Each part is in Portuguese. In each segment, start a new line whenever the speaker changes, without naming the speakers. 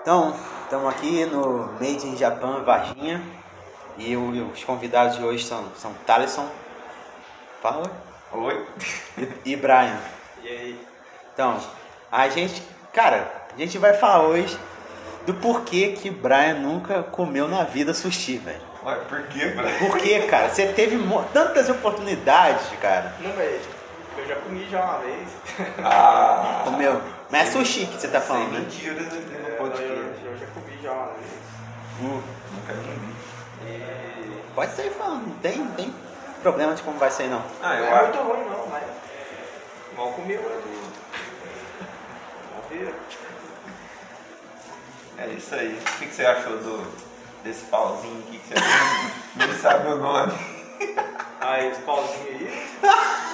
Então, estamos aqui no Made in Japan Varginha e o- os convidados de hoje são, são Thaleson, fala,
Oi.
e Brian.
E aí?
Então, a gente, cara, a gente vai falar hoje do porquê que Brian nunca comeu na vida sushi, velho.
Ué, por quê, velho?
Por quê, cara? Você teve mo- tantas oportunidades, cara.
Não, velho. Eu já comi já uma vez.
Ah,
Comeu. Mas é sushi que você tá falando, né?
sem mentiras aqui no
É, eu,
podcast.
eu já comi já né? uma vez.
Hum.
Nunca comi.
E...
Pode sair falando, não tem, não tem problema de como vai sair, não.
Ah,
não
eu
é
acho.
muito ruim não, mas
Mal comi o outro.
na vida.
É isso aí. O que que você achou do, desse pauzinho aqui que você não, nem sabe o nome?
Aí os pauzinhos aí.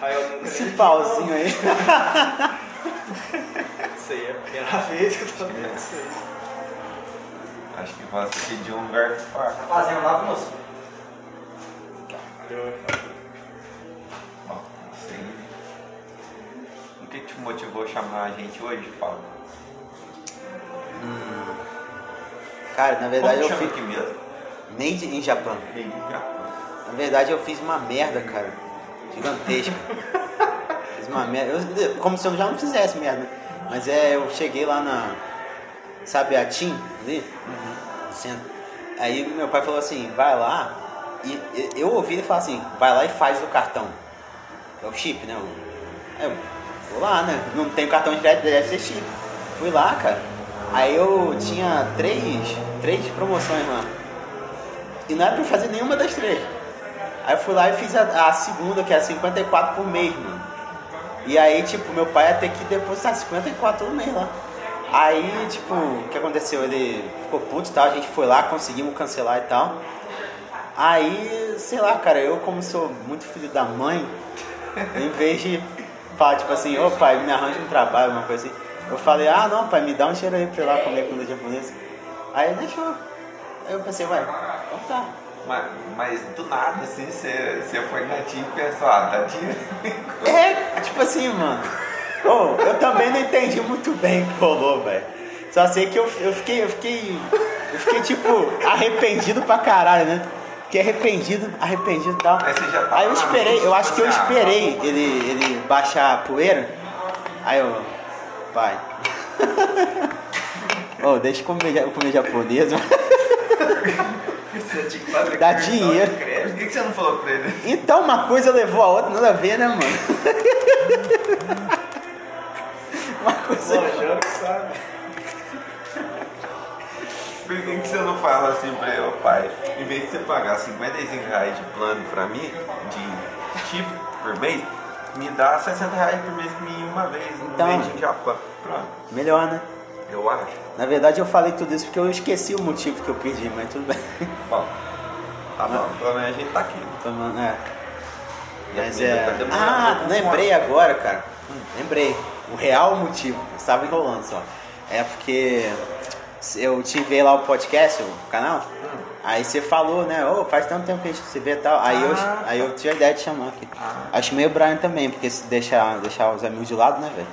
Aí eu nunca.
Esse pauzinho aí.
Isso aí é a primeira vez que eu tô vendo isso aí.
Acho que você pediu um garfo farto.
Fazendo lá, moço.
Eu-
Ó, não sei. O que te motivou a chamar a gente hoje, Paulo?
Cara, na verdade
Como
É, eu
chama
fiz.
aqui mesmo?
Made in Japan.
Bem, já.
Na verdade eu fiz uma merda, cara. Gigantesca. fiz uma merda. Eu- como se eu já não fizesse merda. Mas é, eu cheguei lá na. Sabe a Tim ali? Centro. Aí meu pai falou assim, vai lá. E e- eu ouvi ele falar assim, vai lá e faz o cartão. É o chip, né? o- Aí eu vou lá, né? Não tem cartão de crédito, deve ser chip. Fui lá, cara. Aí eu tinha três, três promoções lá. E não era pra fazer nenhuma das três. Aí eu fui lá e fiz a, a segunda, que era 54 por mês, mano. E aí, tipo, meu pai ia ter que depositar 54 no mês lá. Aí, tipo, o que aconteceu? Ele ficou puto e tal, a gente foi lá, conseguimos cancelar e tal. Aí, sei lá, cara, eu como sou muito filho da mãe, em vez de falar, tipo assim, ô pai, me arranja um trabalho, uma coisa assim, eu falei, ah não, pai, me dá um dinheiro aí pra eu ir lá comer comida japonesa. Aí ele deixou. Aí eu pensei, ué, então tá.
Mas, mas do nada, assim, você, você foi na tia e pensou, ah, tá tia.
É, tipo assim, mano. Ô, eu também não entendi muito bem o que rolou, velho. Só sei que eu, eu fiquei, eu fiquei, eu fiquei tipo arrependido pra caralho, né? Fiquei arrependido, arrependido e tal.
Aí você já tá
Aí eu
lá,
esperei,
né?
eu acho que eu
Ah,
esperei ele, ele baixar a poeira. Aí eu, pai. Ô, deixa eu comer, eu comer japonesa.
Você tinha que fazer
Dá
cartão de
dinheiro.
crédito. Por que que você não falou pra ele?
Então uma coisa levou a outra, nada a ver, né, mano? Uma coisa.
Lojão que sabe.
Por que, que você não fala assim pra ele, ô pai? Em vez de você pagar 55 reais de plano pra mim, de chip por mês, me dá 60 reais por mês pra mim uma vez, no
Então.
mês de Japão. Pronto,
Melhor, né?
eu acho.
Na verdade eu falei tudo isso porque eu esqueci o motivo que eu pedi, mas tudo bem.
Bom, tá bom, pelo menos a gente tá aqui.
Então, mano, é.
E a
Mas
comida
é.
tá demorando
Ah,
muito
lembrei agora, cara. Hum, Lembrei. O real motivo. Eu estava enrolando só. É porque eu te vi lá o podcast, o canal.
Hum.
Aí você falou, né? Ô, faz tanto tempo que a gente se vê e tal. Aí,
Ah.
eu, aí eu tive a ideia de chamar aqui.
Ah.
Acho meio o Brian também, porque se deixar, deixar os amigos de lado, né, velho?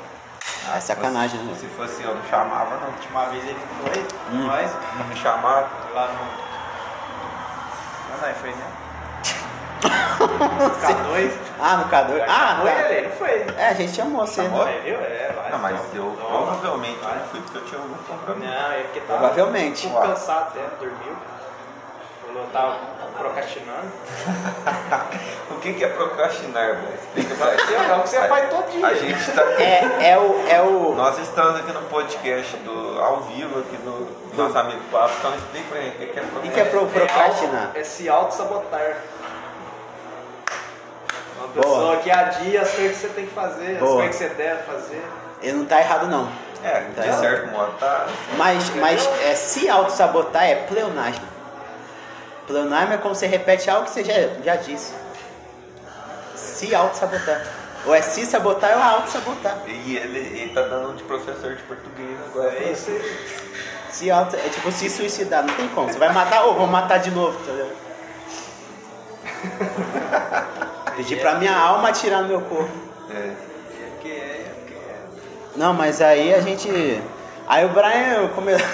Ah,
é sacanagem, né?
Se fosse eu, não chamava não. Tipo,
Uma vez ele foi,
Hum.
nós,
não me chamava.
lá no. Não, não, foi né? K2.
Ah, no K2. Ah,
foi
tá.
ele, não foi.
É, a gente chamou você.
Chamou?
né?
Ele viu? É, vai.
Não, mas eu
Toma.
provavelmente não fui porque eu tinha algum compromisso.
Não, é porque tava.
Provavelmente.
Ficou cansado até, dormiu. Falou, tava procrastinando.
O que, que é procrastinar, velho? Explica pra
Você- É o que você faz todo dia.
A gente tá aqui.
É, é o. É o.
Nós estamos aqui no podcast do, ao vivo aqui do, do nosso amigo Pablo, então explica pra gente o que que é
O que que é pro, procrastinar?
É se auto-sabotar. Uma
Boa.
pessoa que adia as coisas que você tem que fazer, as
Boa.
coisas que você deve fazer.
Ele não tá errado, não.
É,
Tá.
de certo modo, tá?
Mas, mas é, se auto-sabotar é pleonasmo. Pleonasmo é quando você repete algo que você já, já disse. Se auto-sabotar. Ou é se sabotar ou auto-sabotar.
E ele, ele tá dando um de professor de português agora.
É isso aí.
Se auto, é tipo se suicidar, não tem como. Você vai matar ou vou matar de novo, tá ligado? Pedi pra minha alma atirar no meu corpo.
É.
É que é, é que é.
Não, mas aí a gente. Aí o Brian começou.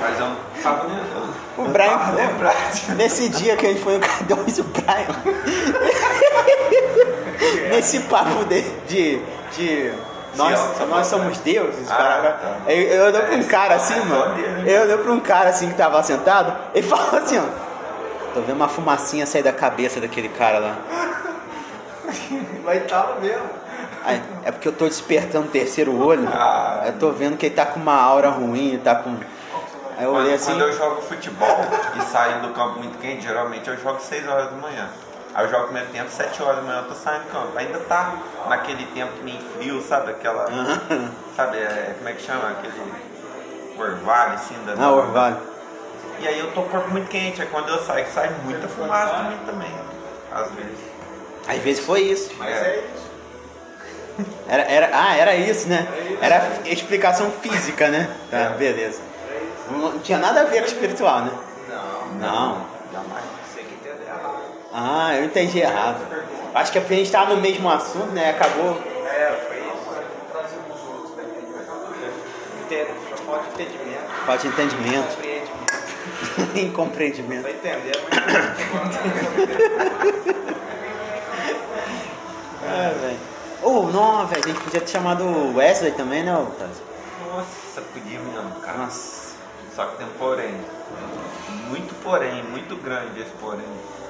Mas eu não tava nervoso.
O
Eu
Brian-
tava lembrado.
Nesse dia que a gente foi no K2, o Brian. Nesse papo de. de, de nós,
Sim, ó,
nós
só pra-
somos deuses,
Ah,
parará.
tá.
Eu, eu olhei pra um
É,
cara assim,
é só
mano.
dele, né?
Eu olhei pra um cara assim que tava sentado e falou assim, ó. Tô vendo uma fumacinha sair da cabeça daquele cara lá.
Mas tava mesmo.
Aí, é porque eu tô despertando o terceiro olho.
Ah.
Eu tô vendo que ele tá com uma aura ruim, ele tá com. Aí eu olhei
Quando,
assim.
quando eu jogo futebol e saio do campo muito quente, geralmente eu jogo 6 horas da manhã. Aí eu jogo primeiro tempo, 7 horas da manhã eu tô saindo do campo. Ainda tá naquele tempo que nem frio, sabe? Aquela. Sabe, é, como é que chama? Aquele orvalho assim da.
Ah, orvalho.
E aí eu tô com o corpo muito quente, aí quando eu saio, que sai muita fumaça pra mim também. Às vezes.
Às vezes foi isso.
Mas
É.
é, isso.
Era, era, ah, era isso, né?
Era isso.
Era f- explicação física, né? Tá,
É.
beleza.
É isso.
Não, não tinha nada a ver com espiritual, né?
Não,
Não.
Jamais.
você que entendeu errado.
Ah, eu entendi errado. Acho que é porque a gente tava no mesmo assunto, né? Acabou.
É, foi isso. Trazer os outros, né? Entendo, só falta de entendimento,
Falta de entendimento,
compreendimento.
incompreendimento.
Vai entender, mas
Ah, velho. Ô, não, velho, a gente podia ter chamado o Wesley também, né, Otávio?
Nossa, podia mesmo, cara.
Nossa.
Só que tem um porém. Muito porém, muito grande esse porém.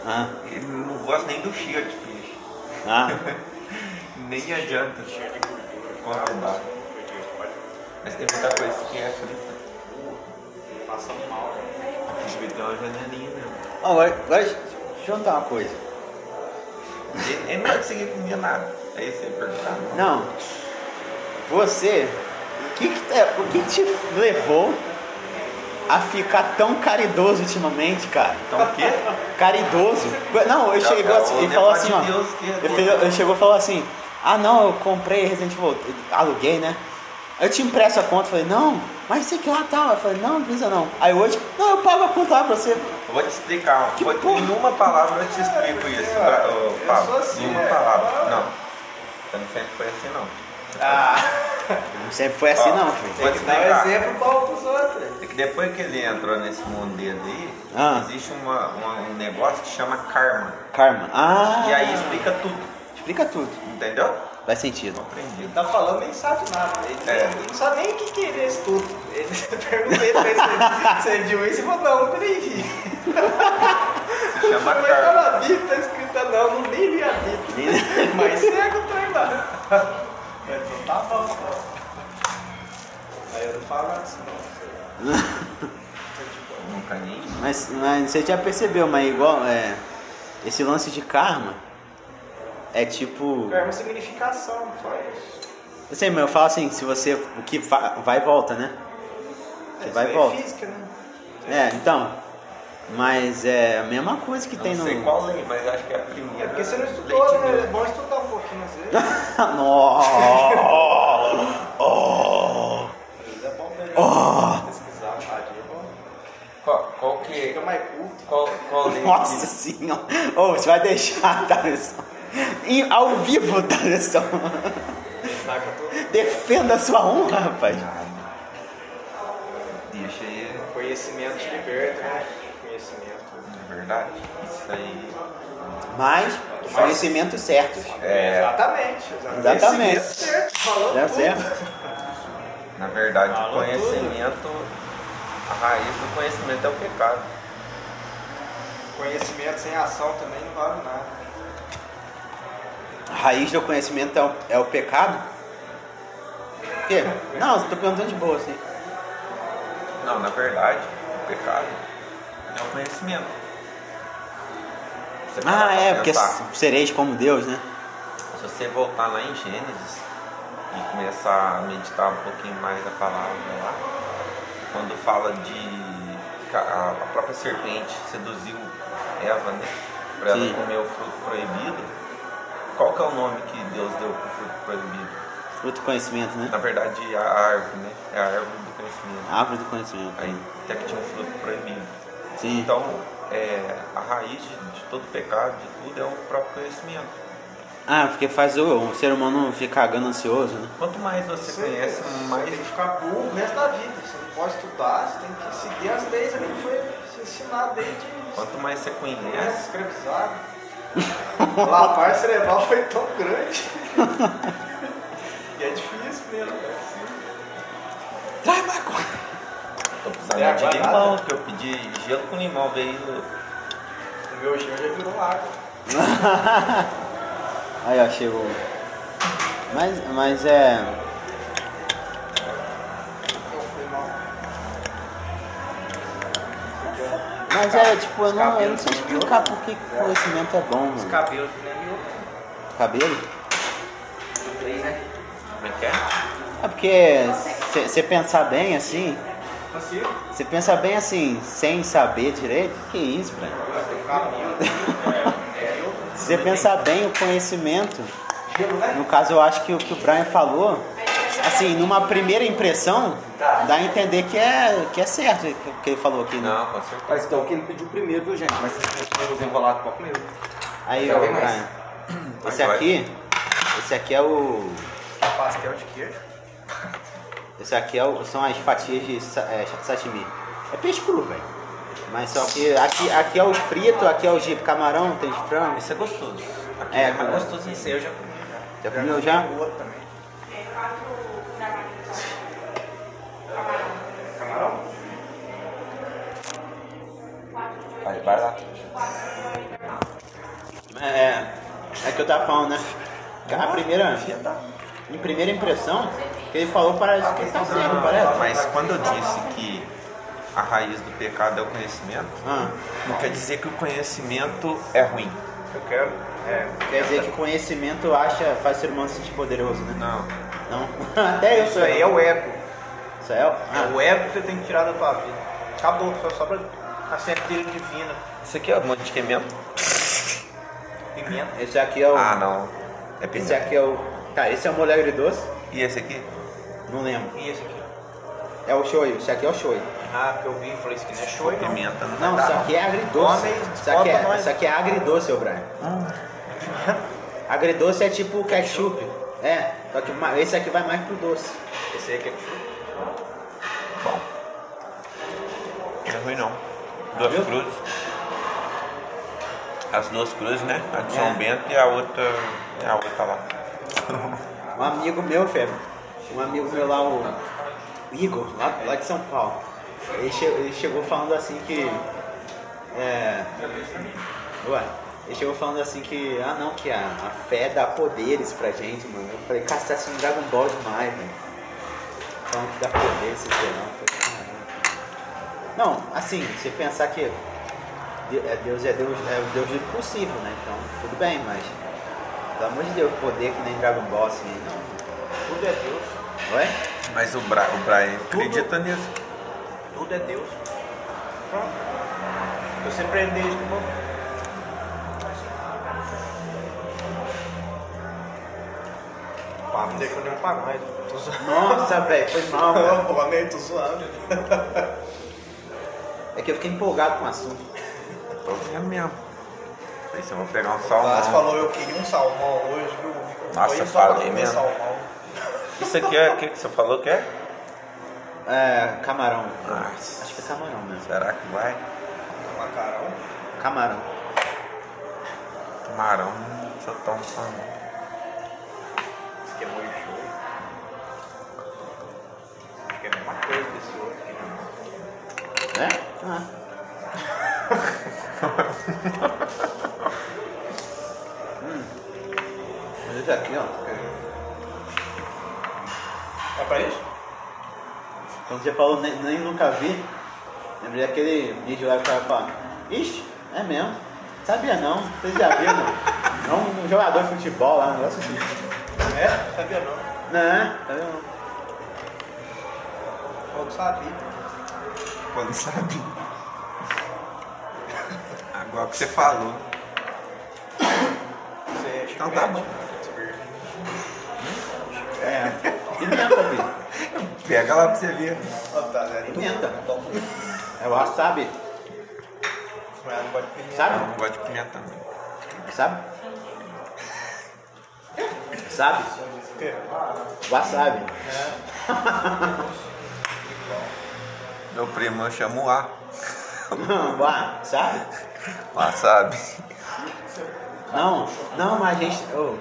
Ah,
Ele não gosta nem do chia de peixe.
ah.
Nem adianta convidar. Mas tem muita coisa que é frita.
passa mal.
Tem que ter uma janelinha mesmo.
Ó, agora, agora deixa eu te perguntar uma coisa.
Ele, ele não vai conseguir comer nada. É Aí você perguntar. não.
Não. Você, o que, que é, o que que te levou a ficar tão caridoso ultimamente, cara?
Então o quê?
Caridoso? Não, eu
Já, né?
chegou
já,
assim,
o
ele falou assim,
negócio
ó.
de Deus que é
Ele, fez-
doido.
ele chegou e falou assim, ah não, eu comprei Resident Evil, aluguei, né? Eu te impresso a conta, eu falei, não, mas sei que lá tá. Eu falei, não, não precisa não. Aí hoje, não, eu pago a conta lá pra você.
Eu Vou te explicar.
Que
Vou,
porra?
em uma palavra eu te explico isso, pra, ô,
Eu
Pablo.
sou assim,
em uma
é.
palavra. Não. Eu não sempre foi assim, não.
Ah,
Não sempre foi assim
Ó,
não, filho.
Vou te
tem que dar
explicar.
um exemplo bom pros outros.
É que depois que ele entrou nesse mundo dele aí,
Ah.
existe uma- uma- um negócio que chama karma.
Karma. Ah,
E aí explica tudo,
explica tudo.
entendeu?
Faz sentido.
Compreendido.
Ele tá falando, ele não sabe nada. Ele,
É.
ele não sabe nem o que que ele é estudo. Ele perguntei pra ele se ele viu isso e um falou, não, nunca nem vi.
Se chama
Mas tá
karma.
na Bíblia, tá escrita não, não nem li a Bíblia. Mas cego o trem lá. Mas então tá bom, pô. Aí eu não falo nada disso não.
Nunca nem.
Mas, mas você já percebeu, mas igual é, esse lance de karma é tipo.
Karma é significação, só isso.
Eu sei, mas eu falo assim, se você. O que fa- vai e volta, né? Você
Isso
vai e
aí
volta.
É física, né?
É, então. Mas é a mesma coisa que
Não
tem no.
sei qual lei, mas acho que é a
É
primeira.
porque você não
Lei de
estudou, né? É
Deus.
bom estudar um pouquinho às vezes.
Nossa! Oh!
Às vezes é bom
Oh.
pegar, pesquisar, ah, dia é bom.
Qual, qual que. é?
Fica é mais culto.
Qual, qual lei?
Nossa
que-
senhora! Ô, você vai deixar, Thaleson. Em- Ao vivo, Thaleson. Tá,
Saca todo
Defenda a sua honra, rapaz.
Ai, Deixa aí.
conhecimento te liberta, né? Conhecimento.
Não é verdade? Isso aí.
Mas, conhecimentos certos.
É.
Exatamente, exatamente.
Exatamente.
Conhecimento certo, falou
Deu
tudo.
Tá certo?
Na verdade, o
Falou
conhecimento. A raiz do conhecimento é o pecado.
Conhecimento sem ação também não vale nada.
A raiz do conhecimento é o, é o pecado? O quê? Não, eu tô perguntando de boa, assim.
Não, na verdade, o pecado é o conhecimento. Você para
Ah, é,
pra
porque
pensar.
sereis como Deus, né?
Se você voltar lá em Gênesis e começar a meditar um pouquinho mais a palavra lá, quando fala de ca- a a própria serpente seduziu Eva, né? Pra ela
Sim.
comer o fruto proibido. Qual que é o nome que Deus deu pro fruto proibido?
Fruto do conhecimento, né?
Na verdade, a árvore, né? É a árvore do conhecimento.
Árvore do conhecimento.
Aí até que tinha um fruto proibido.
Sim.
Então, é, a raiz de, de todo pecado, de tudo, é o próprio conhecimento.
Ah, porque faz o, o ser humano ficar cagando ansioso, né?
Quanto mais você conhece, mais.
tem que ficar burro o resto da vida. Você não pode estudar, você tem que seguir as leis ali que foi ensinado desde
Quanto mais você
criança,
conhece,
escravizado. O lapar cerebral foi tão grande. e é difícil mesmo, é assim.
Trai maconha!
tô
É,
precisando de
agora
limão,
nada.
que eu pedi gelo com limão, veio.
O meu gel já virou água.
Aí, ó, chegou. Mas, mas é.
Eu fui mal.
Mas é, tipo, eu não, eu não sei explicar por que que conhecimento é bom,
Os
mano.
cabelos né? que nem miúdo.
Cabelo?
Três, né?
Como é que é?
É porque você pensar bem assim,
Consigo?
você pensa bem assim, sem saber direito, que isso, velho?
Tem um caminho. É, eu.
Se você pensar bem o conhecimento,
Gelo, né?
no caso eu acho que o que o Brian falou, assim, numa primeira impressão, dá a entender que é, que é certo o que ele falou aqui, né?
Não, com certeza.
Mas então quem pediu primeiro, viu, gente? Mas vocês vão desenrolar com o meu.
Aí,
Tem
ó,
alguém mais?
Brian, esse
Vai, vai.
aqui, esse aqui é o...
Pastel de queijo.
Esse aqui é o- são as fatias de sa- é, sashimi. É peixe cru, velho. Mas só que aqui, aqui é o frito, aqui é o de camarão, tem de frango.
Isso é gostoso. Aqui
É,
é, mais
cara.
gostoso isso aí, eu já comi.
Já comeu já?
O outro também.
Vai, vai lá.
É, é que eu tava falando, né? A primeira, em primeira impressão, que ele falou parece que ele tá
é um
certo, parece.
Mas quando eu disse que a raiz do pecado é o conhecimento,
Ah,
não quer dizer que o conhecimento é ruim.
Eu quero. É.
quer dizer que conhecimento acha, faz o ser humano se sentir poderoso, né?
Não.
Não? Até eu
Isso
sou
aí é
eu.
o ego.
Isso aí é o...
É
Ah,
o ego que você tem que tirar da tua vida. Acabou, só sobra a certeza divina.
Isso aqui é um monte de queimento?
Pimenta.
esse aqui é o...
Ah, não. É
Esse
pimenta.
aqui é o... Tá, esse é o molho agridoce.
E esse aqui?
Não lembro.
E esse aqui?
É o shoyu, esse aqui é o shoyu.
Ah, porque eu vi e falei, isso aqui não é show,
Foi
não.
pimenta. né?
Não,
dá,
isso aqui é agridoce.
Come,
Isso aqui
desculpa,
é,
mas-
isso aqui é agridoce, ô Brian.
Ah.
Agridoce é tipo ketchup. É, só que ma- esse aqui vai mais pro doce.
Esse aí é ketchup.
Bom. Não é ruim não.
Ah,
Duas
Viu?
cruzes. As duas cruzes, né? A de
É.
São Bento e a outra. é A outra lá.
Um amigo meu, Feb, um amigo meu lá, o Igor, lá, lá de São Paulo, ele, che- ele chegou falando assim que. É. Ué, ele chegou falando assim que. Ah não, que a, a fé dá poderes pra gente, mano. Eu falei, cara, você tá assistindo Dragon Ball demais, velho. Falando que dá poderes, sei lá. Eu falei, "Caramba." Não, assim, você pensar que de- é, Deus é Deus, é o Deus do impossível, né? Então, tudo bem, mas. Pelo amor de Deus, poder que nem Dragon Ball assim, não.
Tudo é Deus.
Oi?
Mas o, Bra o Brian acredita nisso.
Tudo é Deus. Pronto. Se você prender isso, tá bom? Pá, não deixou nem pra mais. Tô zoando.
Nossa, velho, foi mal, velho.
Pô, amém, tô zoando.
É que eu fiquei empolgado com o assunto.
Tô vendo mesmo. Aí você vai pegar um
Mas
salmão.
falou, eu queria um salmão hoje, viu?
Nossa,
Foi só pra
falei
comer
mesmo.
Salmão.
Isso aqui é o que que você falou que é?
É, camarão.
Nossa.
Acho que é camarão mesmo.
Será que vai?
Macarão.
Camarão.
Camarão, só tá um salmão.
Isso aqui é muito show. Acho que é a mesma coisa desse outro aqui,
Né?
né?
Ah. hum. Mas esse aqui, ó.
É pra isso?
Quando você falou nem, nem nunca vi, lembrei daquele vídeo lá que o cara fala, ixi, é mesmo. Sabia não, vocês já viram? não? É um jogador de futebol lá, um negócio assim.
É? Sabia não.
Né? Tá vendo?
Eu não sabia.
Quando sabe. Agora que você falou.
Você é
Então tá bom.
É. Pimenta, filho.
Pega lá pra você ver.
Ó, tá, zero.
Pimenta. É o wasabi.
Mas não pode pedir.
Eu
Sabe?
não gosto de pimenta não.
Sabe? Sabe? Wasabi.
Meu primo eu chamo A.
Não, Wa- sabe?
Wasabi.
Não, não, mas a gente. ô,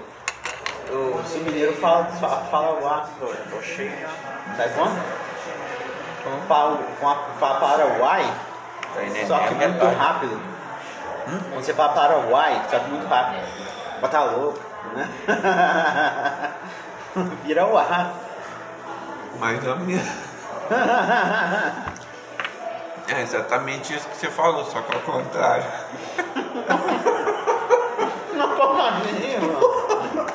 ô, se o mineiro fala, fala, fala o ar, pô, eu tô cheio. Sabe como? Quando fala, quando fala Paraguai,
Tá
só
é
que muito rápido. Quando você fala Paraguai, só que muito rápido. Bota louco, né? Vira o ar.
Mas não minha. É exatamente isso que você falou, só que ao contrário.
Não, como assim, mano?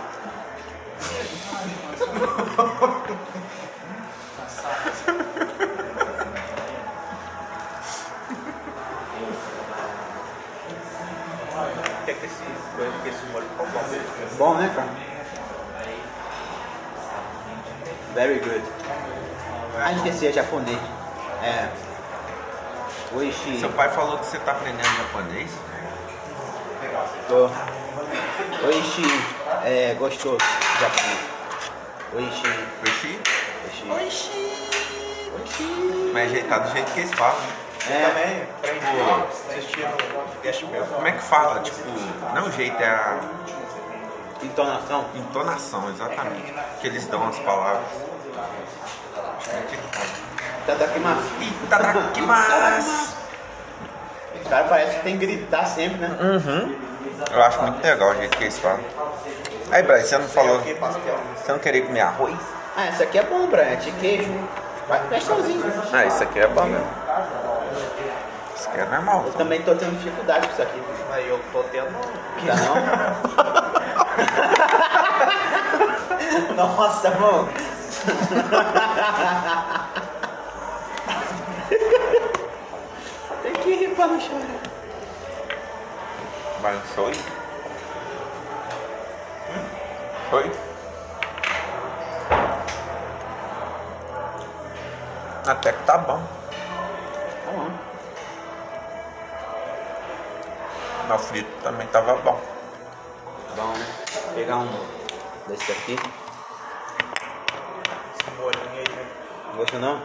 O que é que esse, que esse molho tá bom?
Bom, né, cara? Very good. A gente esqueci, é japonês. É. Oishi.
Seu pai falou que você tá aprendendo japonês?
Tô. Oishi. É, gostoso. Japonês. Oishi.
Oxi.
Oishi.
Mas ele tá do jeito que eles falam. né?
É.
Também, aprendi assistindo o podcast meu.
Como é que fala? Tipo, não o jeito, é a
Entonação.
entonação, exatamente. Que eles dão as palavras.
Tá Tadakimasu.
tá Itadakimasu!
Os caras parecem que tem que gritar sempre, né?
Eu acho muito legal o jeito que eles falam. Aí, Braz, você não falou.
Que pastel.
Você não queria comer arroz?
Ah, essa aqui é bom, Brian. É de queijo. Vai pastelzinho.
Ah, isso aqui é bom mesmo. Isso aqui é normal.
Eu também tô tendo dificuldade com isso aqui.
Aí eu tô tendo. um
Tá não? Nossa, mano. Tem que rir pra não chorar.
Mas foi? Foi? Até que tá bom.
Tá bom.
Meu frito também tava bom.
Vamos pegar um desse aqui.
Esse molhinho aí, né?
Não gostou não?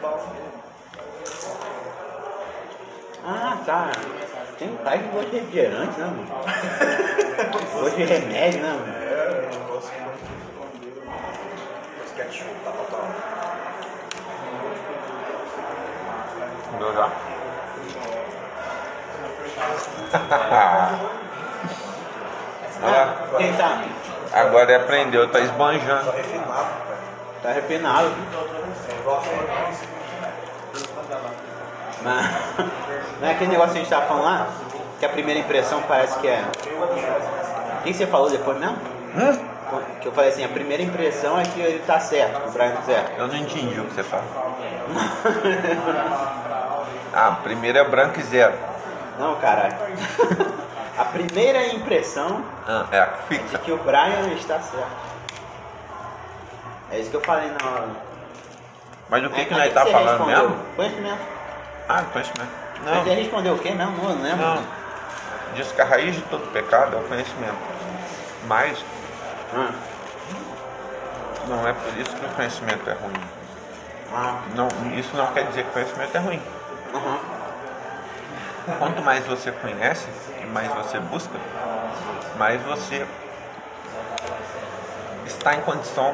Bom.
Ah, tá. Tem pai que gosta de refrigerante, né, mano? Gosta de remédio, né, mano?
É, eu gosto muito. Os ketchup, tá bom.
Deu já?
É.
Olha
Ah, quem tá?
lá. Agora aprendeu, tá esbanjando.
Refinado, cara.
Tá refinado.
Eu gosto.
Mas não é aquele negócio que a gente tava falando lá? Que a primeira impressão parece que é. O que você falou depois mesmo?
Hum?
Que eu falei assim, a primeira impressão é que ele tá certo, que o Brian tá certo.
Eu não entendi o que você fala. Ah, primeiro é branco e zero.
Não, caralho. a primeira impressão
Ah, é a que
é
fica.
que o Brian está certo. É isso que eu falei na hora.
Mas o que, que
Aí,
nós
aí
tá
você
falando
respondeu?
mesmo?
Foi isso mesmo.
Ah, conhecimento.
Mas é. ele
Não,
respondeu o quê mesmo? Não, não lembro.
não. Diz que a raiz de todo pecado é o conhecimento. Mas
Ah,
não é por isso que o conhecimento é ruim.
ah,
Não, isso não quer dizer que o conhecimento é ruim.
aham.
Quanto mais você conhece e mais você busca, mais você está em condição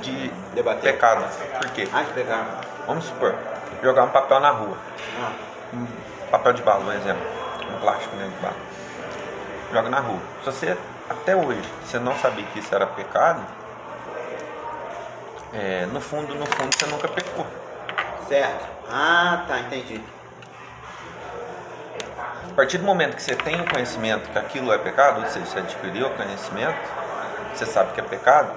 de
Debater.
pecado. Por quê?
Ah, que legal.
Vamos supor, jogar um papel na rua.
Ah,
um papel de bala, um exemplo, um plástico né, de bala, joga na rua. Se você, até hoje, você não sabia que isso era pecado, é, no fundo, no fundo, você nunca pecou.
certo. Ah, tá, entendi.
A partir do momento que você tem o conhecimento que aquilo é pecado, ou seja, você adquiriu o conhecimento, você sabe que é pecado,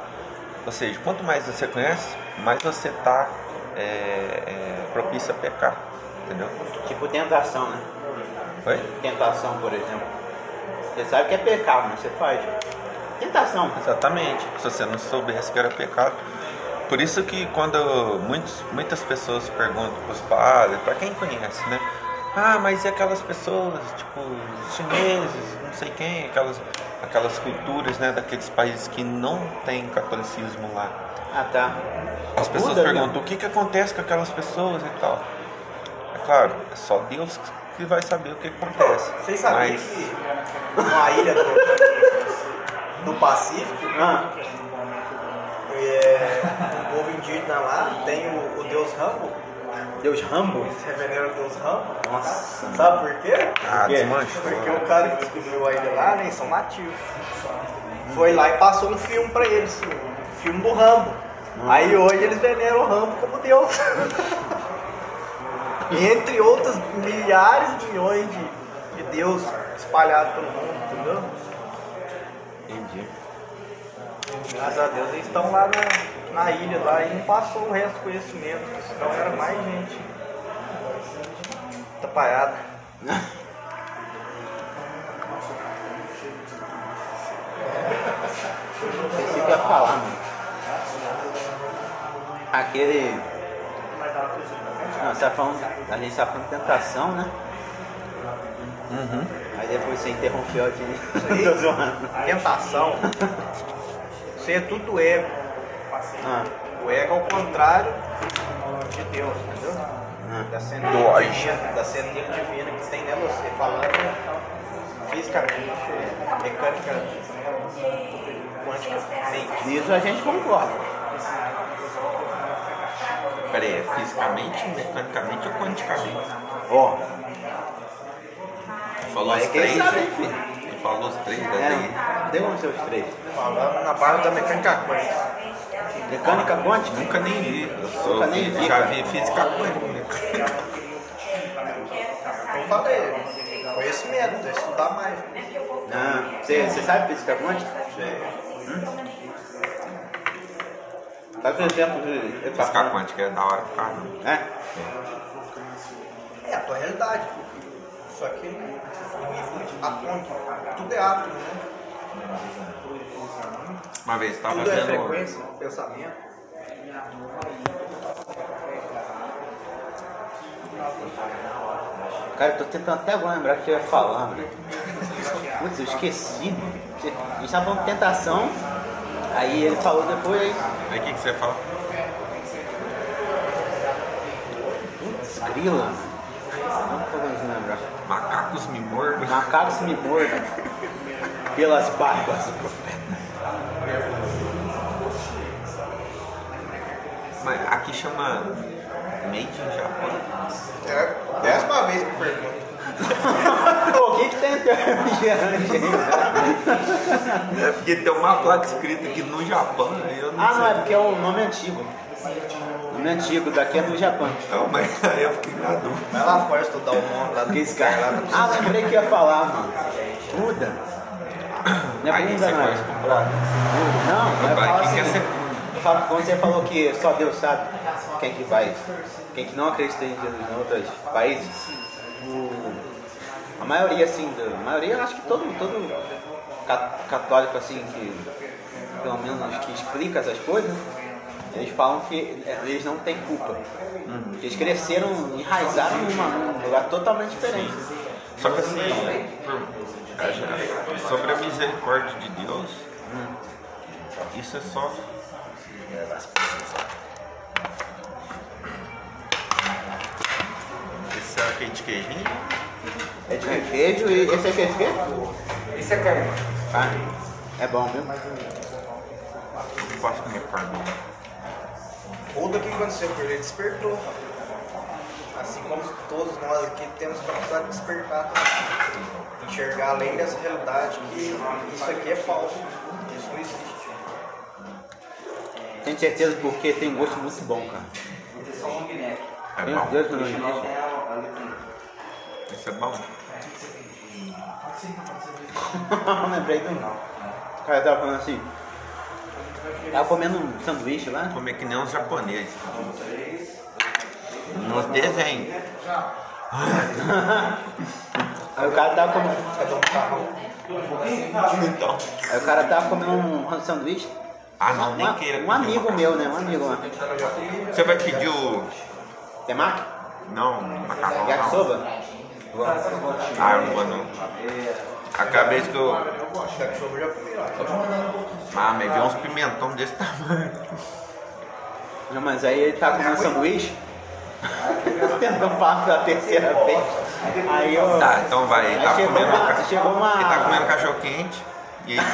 ou seja, quanto mais você conhece, mais você está propício a pecar. Entendeu?
Tipo tentação, né?
Oi?
Tentação, por exemplo. Você sabe que é pecado, mas você faz. Tentação.
Exatamente. Se você não soubesse que era pecado. Por isso que quando muitos, muitas pessoas perguntam para os padres, para quem conhece, né? Ah, mas e aquelas pessoas, tipo, os chineses, não sei quem, aquelas, aquelas culturas, né, daqueles países que não tem catolicismo lá.
Ah, tá.
As pessoas
Buda, né?
perguntam o que, que acontece com aquelas pessoas e tal. É claro, é só Deus que vai saber o que acontece.
Vocês sabiam
Mas-
que numa ilha do, do Pacífico,
Ah,
é, o povo indígena lá tem o, o deus Rambo,
Deus Rambo?
eles reveneram o deus Rambo.
Nossa.
Sabe por quê?
Ah,
Por quê?
desmancha.
Porque o cara que descobriu a ilha lá, né, são nativos. Foi lá e passou um filme pra eles, um filme do Rambo. Aí hoje eles veneram o Rambo como deus. E entre outros milhares, milhões de, de deus espalhados pelo mundo, entendeu?
Entendi.
Graças a Deus eles estão lá na, na ilha lá e não passou o resto do conhecimento, porque senão era mais gente atrapalhada.
Pensei que ia falar, mano. Aquele. Não, você tá falando. A gente tá falando de tentação, né? Uhum. Aí depois você interrompeu aqui. Tô zoando.
Tentação. Isso aí é tudo do ego.
Ah,
O ego é o contrário de Deus, entendeu?
ah.
Da centelha
Dói.
divina, da centelha divina que tem dentro de você, falando fisicamente, mecanicamente, quânticamente.
nisso a gente concorda.
Peraí, é fisicamente, mecanicamente ou quanticamente?
Ó,
Falou
Mas
os
quem
três,
sabe,
né?
filho?
Ele falou os três,
é,
né?
não deu uns seus três.
Falando na base da mecânica quântica.
Mecânica quântica?
Nunca nem vi. Eu sou
Nunca nem vi,
Já
cara.
vi física quântica.
Eu falei, conhecimento, é estudar mais.
Ah, você, você sabe física quântica? Hum? Sabe por exemplo de.
Física quântica é da hora pra caramba.
É?
É a tua realidade. Só que atômico, tudo é átomo, né?
Uma vez eu tava
Tudo é
vendo.
frequência, pensamento.
Cara, eu tô tentando até agora lembrar o que eu ia falar, mano. Putz, eu esqueci, mano. A gente tava falando de tentação, aí ele falou depois, aí.
Aí o que, que você fala?
Putz, grila, mano. Não tô conseguindo lembrar.
Macacos me mordam.
Macacos me mordam pelas barbas.
Mas aqui chama Made in Japan.
É a décima vez que eu pergunto.
Pô, o que que tem no teu refrigerante aí?
É porque tem uma placa escrita aqui no Japão, aí eu não
Ah,
sei.
não, é porque é o nome antigo. Nome antigo, daqui é do Japão.
Não, mas aí eu fiquei na dúvida.
Vai lá fora estudar o mundo lá
Que
do
esse cara lá. Ah, lembrei que ia falar, mano. Buda. Não é
Aí
bunda,
você
não.
conhece com
Buda. Não, eu ia
Vai,
falar
quem
assim.
quer ser
eu falo- Quando você falou que só Deus sabe quem que vai, quem que não acredita em Jesus em outros países, o- a maioria, assim, da- a maioria, eu acho que todo, todo ca- católico, assim, que pelo menos que explica essas coisas, eles falam que eles não têm culpa.
Uhum.
Eles cresceram, enraizaram numa- num lugar totalmente diferente.
Só que assim, por- a gente- sobre a misericórdia de Deus, isso é só. Esse é aquele de queijinho?
É de queijo e esse aqui é de quê?
Isso é carne.
Carne. É bom, viu?
Eu não posso comer carne.
Buda que quando você ele despertou. Assim como todos nós aqui temos capacidade de despertar. Enxergar além dessa realidade que isso aqui é falso. Isso não existe.
Tenho certeza porque tem um gosto muito bom, cara.
um
É
Meu
bom.
Deus do céu.
Isso é bom.
Não lembrei do não. O cara tava falando assim. Tava comendo um sanduíche lá.
Comer que nem um uns japoneses. Nos desenhos.
Aí o cara tava comendo.
Cada um carro.
Então.
Aí o cara tava comendo um sanduíche.
Ah, não, nem
Uma-
queira.
um amigo meu, né? Um amigo lá.
Você vai pedir o.
Temaki?
Não, um macarrão. não.
Yakisoba?
Ah, eu não vou não. A cabeça que eu.
Cachorro já comeu, ó.
Ah, mas veio uns pimentão desse tamanho.
Não, Mas aí ele tá comendo sanduíche. Tentando falar pela terceira vez. Aí eu.
Tá, então vai. Ele
Aí
tá
chegou
comendo
uma-
ca-
chegou uma-
Ele tá comendo cachorro quente. E aí,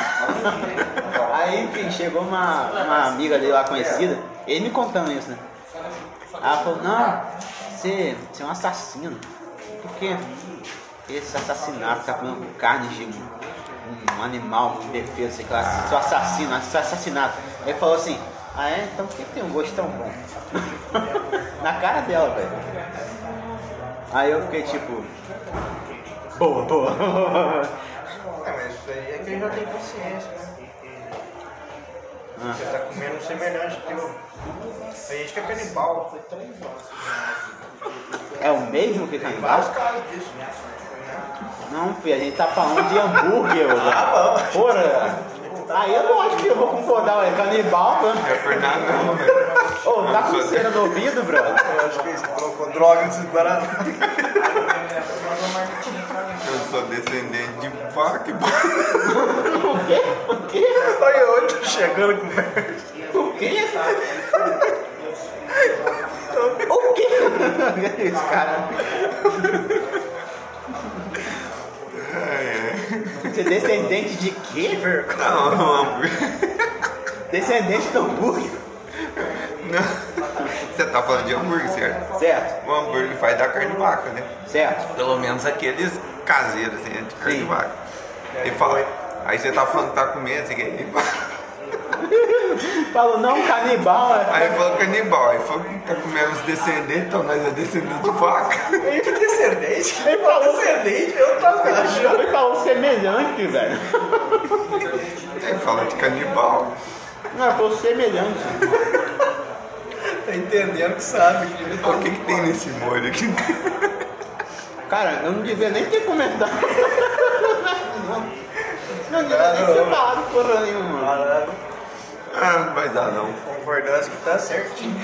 Aí, enfim, chegou uma, uma amiga dele lá conhecida, ele me contando isso, né? Ela falou, não, você, você é um assassino. Por quê? Esse assassinato, tá comendo carne de um, um animal, um defeso, sei lá, seu assassino, seu assassinato. Ele falou assim, ah é? Então por que que tem um gosto tão bom? Na cara dela, velho. Aí eu fiquei tipo. Boa, boa.
É, mas isso aí é que ele já tem consciência, né?
Ah.
Você tá comendo um semelhante teu. Tem gente que é canibal.
É o mesmo que canibal?
Vários casos disso, né?
Não, filho, a gente tá falando de hambúrguer, mano. Ah, Porra! Aí eu não acho que eu vou concordar, ué. Canibal, mano.
é Fernando não, velho.
Ô, tá com cera no ouvido, brother?
Eu acho que eles colocou droga nesse barato.
Eu sou descendente de fuck, boy.
O quê? O quê?
Olha, hoje tô chegando com
O quê? O quê? Esse cara. Você é descendente de quê? velho?
Não, não, hambúrguer.
Descendente do hambúrguer.
Não. Você tá falando de hambúrguer, certo?
Certo,
O hambúrguer faz da carne de vaca, né?
certo.
Pelo menos aqueles caseiros, assim, de carne de
Sim.
vaca. Ele fala, aí você tá falando que tá comendo, assim, ele fala-
Falou, não, canibal, é.
aí ele falou canibal, aí falou que tá comendo os descendentes, então nós é descendente de vaca.
Que descendente?
Ele falou,
Descendente? Eu tava Tá achando.
ele falou semelhante, velho.
Aí fala de canibal.
Não, ele falou semelhante.
Tá entendendo que sabe. que ele tá
Então, O que que tem nesse molho aqui?
Cara, eu não devia nem ter comentado. Não devia nem ter falado porra nenhuma. mano.
Parado.
Ah, não vai dar não.
Concordância que tá certinho.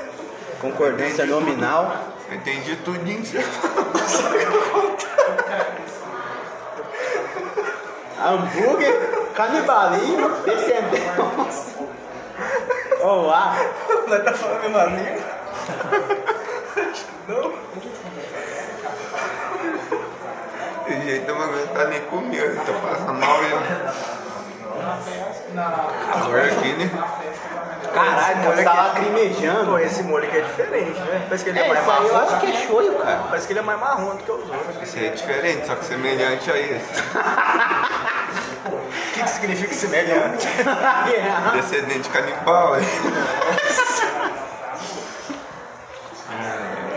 Concordância nominal.
Eu entendi tudo em si.
Hambúrguer, canibalismo, descendência. Olá.
Nós tá falando a mesma língua?
Esse jeito uma coisa tá nem comendo, tá passando mal já. Calor aqui, né?
Caralho,
Esse
cara,
molho
tá
aqui é-
lacrimejando.
Pô, esse molho aqui é diferente, né? Parece que ele é,
É,
mais
isso aí eu
marrom.
acho que é shoyu, cara.
Parece que ele é mais marrom do que os outros.
Esse aí é diferente, só que semelhante a esse.
O que, que significa semelhante?
É.
Descendente canibal, é. hein?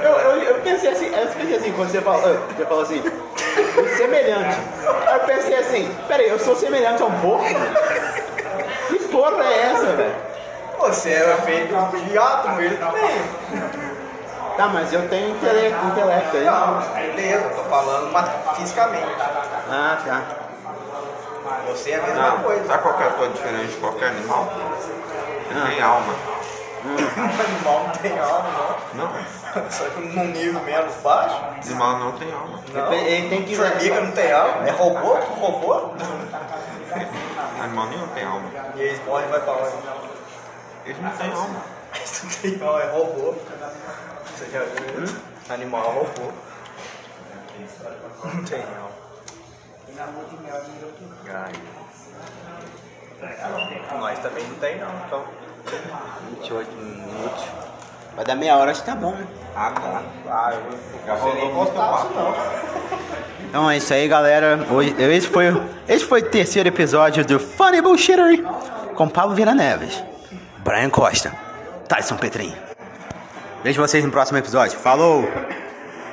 Eu, eu, eu pensei assim, eu pensei assim, quando você falou, você falou assim, o semelhante. Aí eu pensei assim, peraí, eu sou semelhante a um porco? Que porra é essa, velho?
Você é era feito de átomo, ele também.
Tá, mas eu tenho intele- intelecto aí.
Não, beleza, tô falando mas fisicamente.
Ah, tá.
Você é a mesma
Não,
coisa.
sabe qual que é a tua diferença de qualquer animal? Você tem alma.
O animal não tem alma, não.
Não,
Só que num nível menos baixo.
animal não tem alma.
Não.
Ele- ele tem que-
Formiga não tem alma. É robô? Robô?
Animal nenhum tem alma.
E aí, morre e vai pra onde?
Eles não têm alma.
Isso não é robô. Você já viu? Animal é robô. Não tem não. Ai. Nós também não tem não, então.
28 minutos. Vai dar meia hora, acho que tá bom, né?
Ah, tá.
Ah, eu vou
Já rolou muito papo.
Então é isso aí, galera. Hoje, esse, foi, esse foi o terceiro episódio do Funny Bullshittery com Pablo Vira Neves, Brian Costa, Tyson Petrinho. Vejo vocês no próximo episódio. Falou!